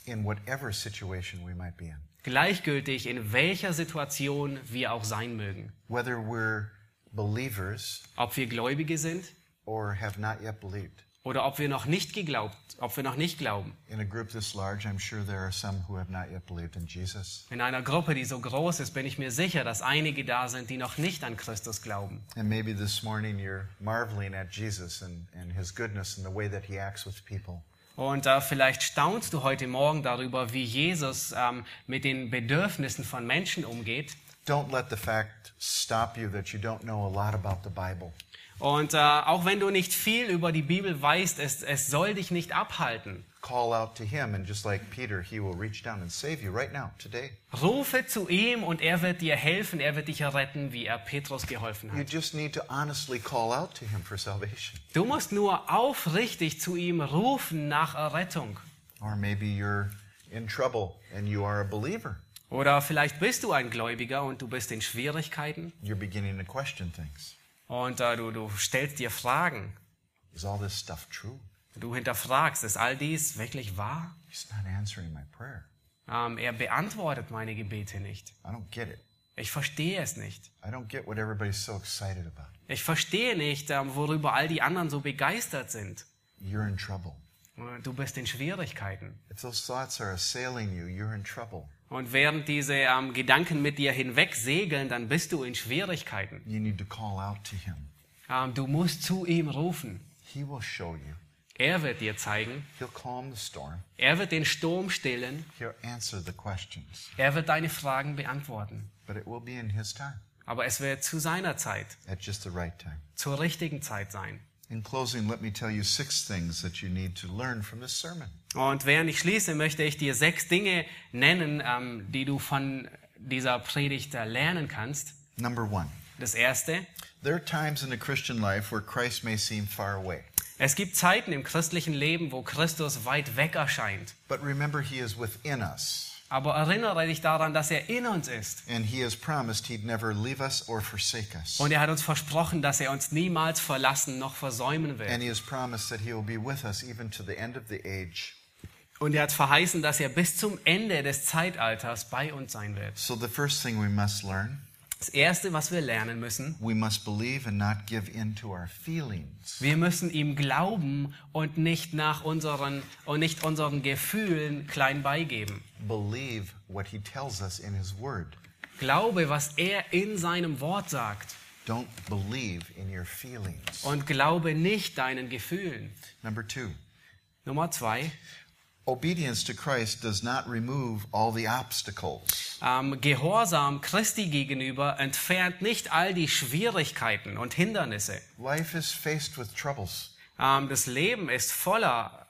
in whatever situation we might be in. Gleichgültig, in welcher Situation wir auch sein mögen. Whether we're believers Ob wir Gläubige sind or have not yet believed, Oder ob wir noch nicht geglaubt, ob wir noch nicht glauben. In a group this large, I'm sure there are some who have not yet believed in Jesus. In einer Gruppe, die so groß ist, bin ich mir sicher, dass einige da sind, die noch nicht an Christus glauben. And maybe this morning you're marveling at Jesus and, and his goodness and the way that he acts with people. Und äh, vielleicht staunst du heute Morgen darüber, wie Jesus ähm, mit den Bedürfnissen von Menschen umgeht. Don't let the fact stop you that you don't know a lot about the Bible. Und äh, auch wenn du nicht viel über die Bibel weißt, es, es soll dich nicht abhalten. Call out to him, and just like Peter, he will reach down and save you right now, today. Rufe zu ihm und er wird dir helfen, er wird dich retten, wie er Petrus geholfen You hat. just need to honestly call out to him for salvation. Du musst nur aufrichtig zu ihm rufen nach Errettung. Or maybe you're in trouble and you are a believer. Oder vielleicht bist du ein Gläubiger und du bist in Schwierigkeiten You're beginning to question things. und äh, du, du stellst dir Fragen. Is all this stuff true? Du hinterfragst, ist all dies wirklich wahr? He's not answering my prayer. Ähm, er beantwortet meine Gebete nicht. I don't get it. Ich verstehe es nicht. I don't get what everybody's so excited about. Ich verstehe nicht, ähm, worüber all die anderen so begeistert sind. You're in trouble. Äh, Du bist in Schwierigkeiten. If those thoughts are assailing you, you're in trouble. Und während diese ähm, Gedanken mit dir hinwegsegeln, dann bist du in Schwierigkeiten. You need to call out to him. Ähm, du musst zu ihm rufen. He will show you. Er wird dir zeigen. He'll calm the storm. Er wird den Sturm stillen. He'll answer the questions. Er wird deine Fragen beantworten. But it will be in his time, Aber es wird zu seiner Zeit, at just the right time. zur richtigen Zeit sein. In closing, let me tell you six things that you need to learn from this sermon. Und während ich schließe, möchte ich dir sechs Dinge nennen, ähm, die du von dieser Predigt äh, lernen kannst. Number one, Das erste, there are times in the Christian life where Christ may seem far away. es gibt Zeiten im christlichen Leben, wo Christus weit weg erscheint. But remember, he is within us. Aber erinnere dich daran, dass er in uns ist. And he has promised he'd never leave us or forsake us. Und er hat uns versprochen, dass er uns niemals verlassen noch versäumen wird. And he has promised that he will be with us even to the end of the age. Und er hat verheißen, dass er bis zum Ende des Zeitalters bei uns sein wird. So the first thing we must learn, Das Erste, was wir lernen müssen, we must believe and not give in to our feelings. wir müssen ihm glauben und nicht nach unseren und nicht unseren Gefühlen klein beigeben. Believe what he tells us in his word. Glaube, was er in seinem Wort sagt Don't believe in your feelings. und glaube nicht deinen Gefühlen. Number 2. Nummer zwei, Obedience to Christ does not remove all the obstacles. ähm, Gehorsam Christi gegenüber entfernt nicht all die Schwierigkeiten und Hindernisse. Life is faced with troubles, Ähm, das Leben ist voller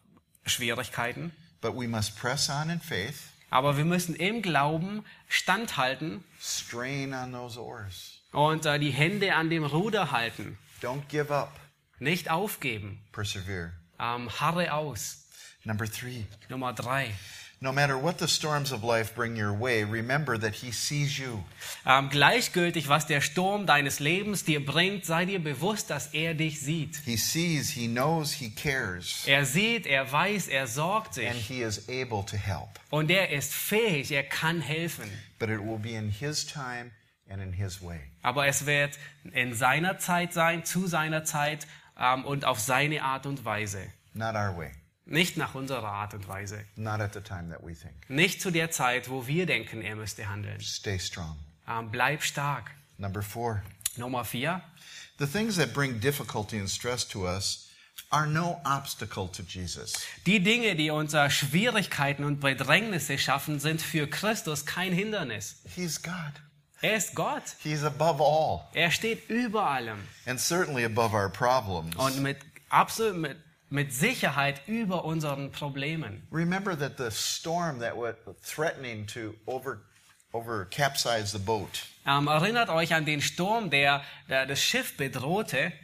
Schwierigkeiten, but we must press on in faith, aber wir müssen im Glauben standhalten strain on those oars. und äh, die Hände an dem Ruder halten, Don't give up, nicht aufgeben, persevere. ähm, harre aus. Number 3. Nummer drei. No matter what the storms of life bring your way, remember that he sees you. Ähm, gleichgültig, was der Sturm deines Lebens dir bringt, sei dir bewusst, dass er dich sieht. He sees, he knows, he cares, Er sieht, er weiß, er sorgt and sich he is able to help. und er ist fähig, er kann helfen. But it will be in his time and in his way. Aber es wird in seiner Zeit sein, zu seiner Zeit ähm, und auf seine Art und Weise. Not our way, Nicht nach unserer Art und Weise. not at the time that we think. Nicht zu der Zeit, wo wir denken, er müsste handeln. Stay strong. Ähm, bleib stark. Number 4. Nummer vier. The things that bring difficulty and stress to us are no obstacle to Jesus. Die Dinge, die uns äh, Schwierigkeiten und Bedrängnisse schaffen, sind für Christus kein Hindernis. He's God. Er ist Gott. He's above all, Er steht über allem and certainly above our problems. und mit, absolut, mit, mit Sicherheit über unseren Problemen. Remember that the storm that was threatening to over, over capsize the boat Ähm, erinnert euch an den Sturm, der, der das Schiff bedrohte.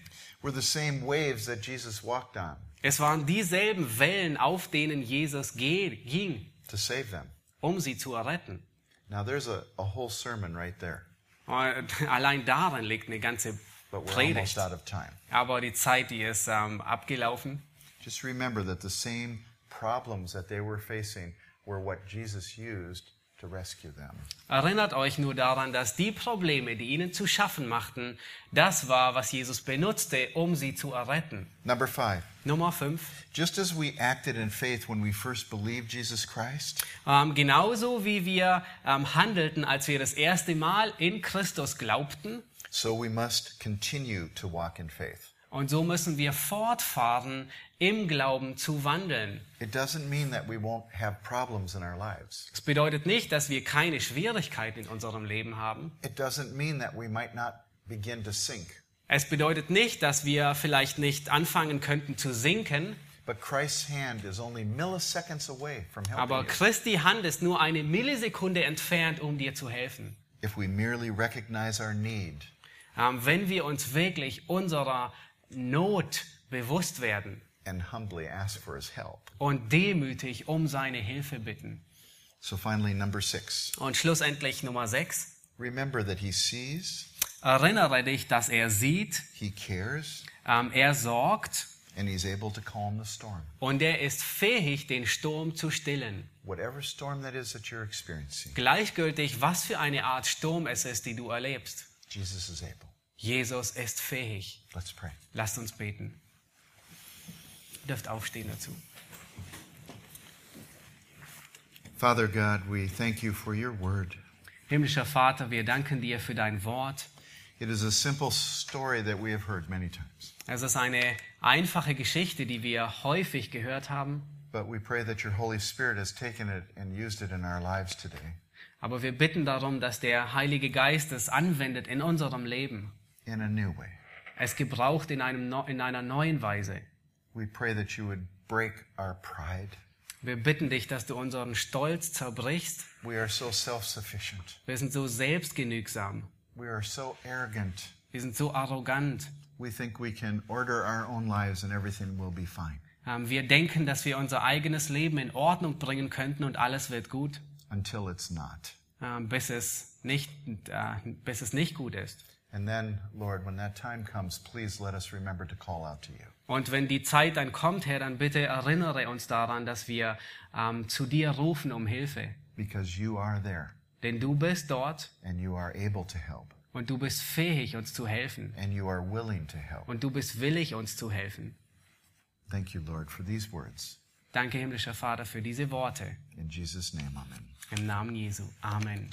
were the same waves that Jesus walked on Es waren dieselben Wellen, auf denen Jesus ge- ging, to save them. um sie zu erretten. Now, there's a, a whole sermon right there, Und allein darin liegt eine ganze but we're almost Predigt. out of time. Aber die Zeit, die ist ähm, abgelaufen. Just remember that the same problems that they were facing were what Jesus used to rescue them. Erinnert euch nur daran, dass die Probleme, die ihnen zu schaffen machten, das war, was Jesus benutzte, um sie zu erretten. Number five, Nummer 5. just as we acted in faith when we first believed Jesus Christ, Ähm, genauso wie wir ähm, handelten, als wir das erste Mal in Christus glaubten, so we must continue to walk in faith. und so müssen wir fortfahren, im Glauben zu wandeln. It doesn't mean that we won't have problems in our lives. Das bedeutet nicht, dass wir keine Schwierigkeiten in unserem Leben haben. It doesn't mean that we might not begin to sink. Es bedeutet nicht, dass wir vielleicht nicht anfangen könnten zu sinken, But Christ's hand is only milliseconds away from helping aber you Christi Hand ist nur eine Millisekunde entfernt, um dir zu helfen. if we merely recognize our need Ähm, wenn wir uns wirklich unserer Not bewusst werden and humbly ask for his help. und demütig um seine Hilfe bitten. So finally, number six, Und schlussendlich Nummer 6. remember that he sees, Erinnere dich, dass er sieht, he cares, ähm, er sorgt and he's able to calm the storm. und er ist fähig, den Sturm zu stillen. Whatever storm that is that you're experiencing, Gleichgültig, was für eine Art Sturm es ist, die du erlebst. Jesus is able. Jesus ist fähig. Let's pray. Lasst uns beten. Ihr dürft aufstehen dazu. Father God, we thank you for your word. Himmlischer Vater, wir danken dir für dein Wort. It is a simple story that we have heard many times, Es ist eine einfache Geschichte, die wir häufig gehört haben, but we pray that your Holy Spirit has taken it and used it in our lives today. aber wir bitten darum, dass der Heilige Geist es anwendet in unserem Leben. in a new way. Es gebraucht in, einem, neu- in einer neuen Weise. We pray that you would break our pride. Wir bitten dich, dass du unseren Stolz zerbrichst. We are so self sufficient. Wir sind so selbstgenügsam. We are so arrogant. Wir sind so arrogant. We think we can order our own lives and everything will be fine Ähm, Wir denken, dass wir unser eigenes Leben in Ordnung bringen könnten und alles wird gut, until it's not. ähm, bis es nicht, äh, bis es nicht gut ist. And then, Lord, when that time comes, please let us remember to call out to you. Und wenn die Zeit dann kommt, Herr, dann bitte erinnere uns daran, dass wir ähm, zu dir rufen um Hilfe. Because you are there Denn du bist dort and you are able to help und du bist fähig, uns zu helfen. and you are willing to help. Und du bist willig, uns zu helfen. Thank you, Lord, for these words. Danke, himmlischer Vater, für diese Worte. In Jesus' name, amen. Im Namen Jesu. Amen.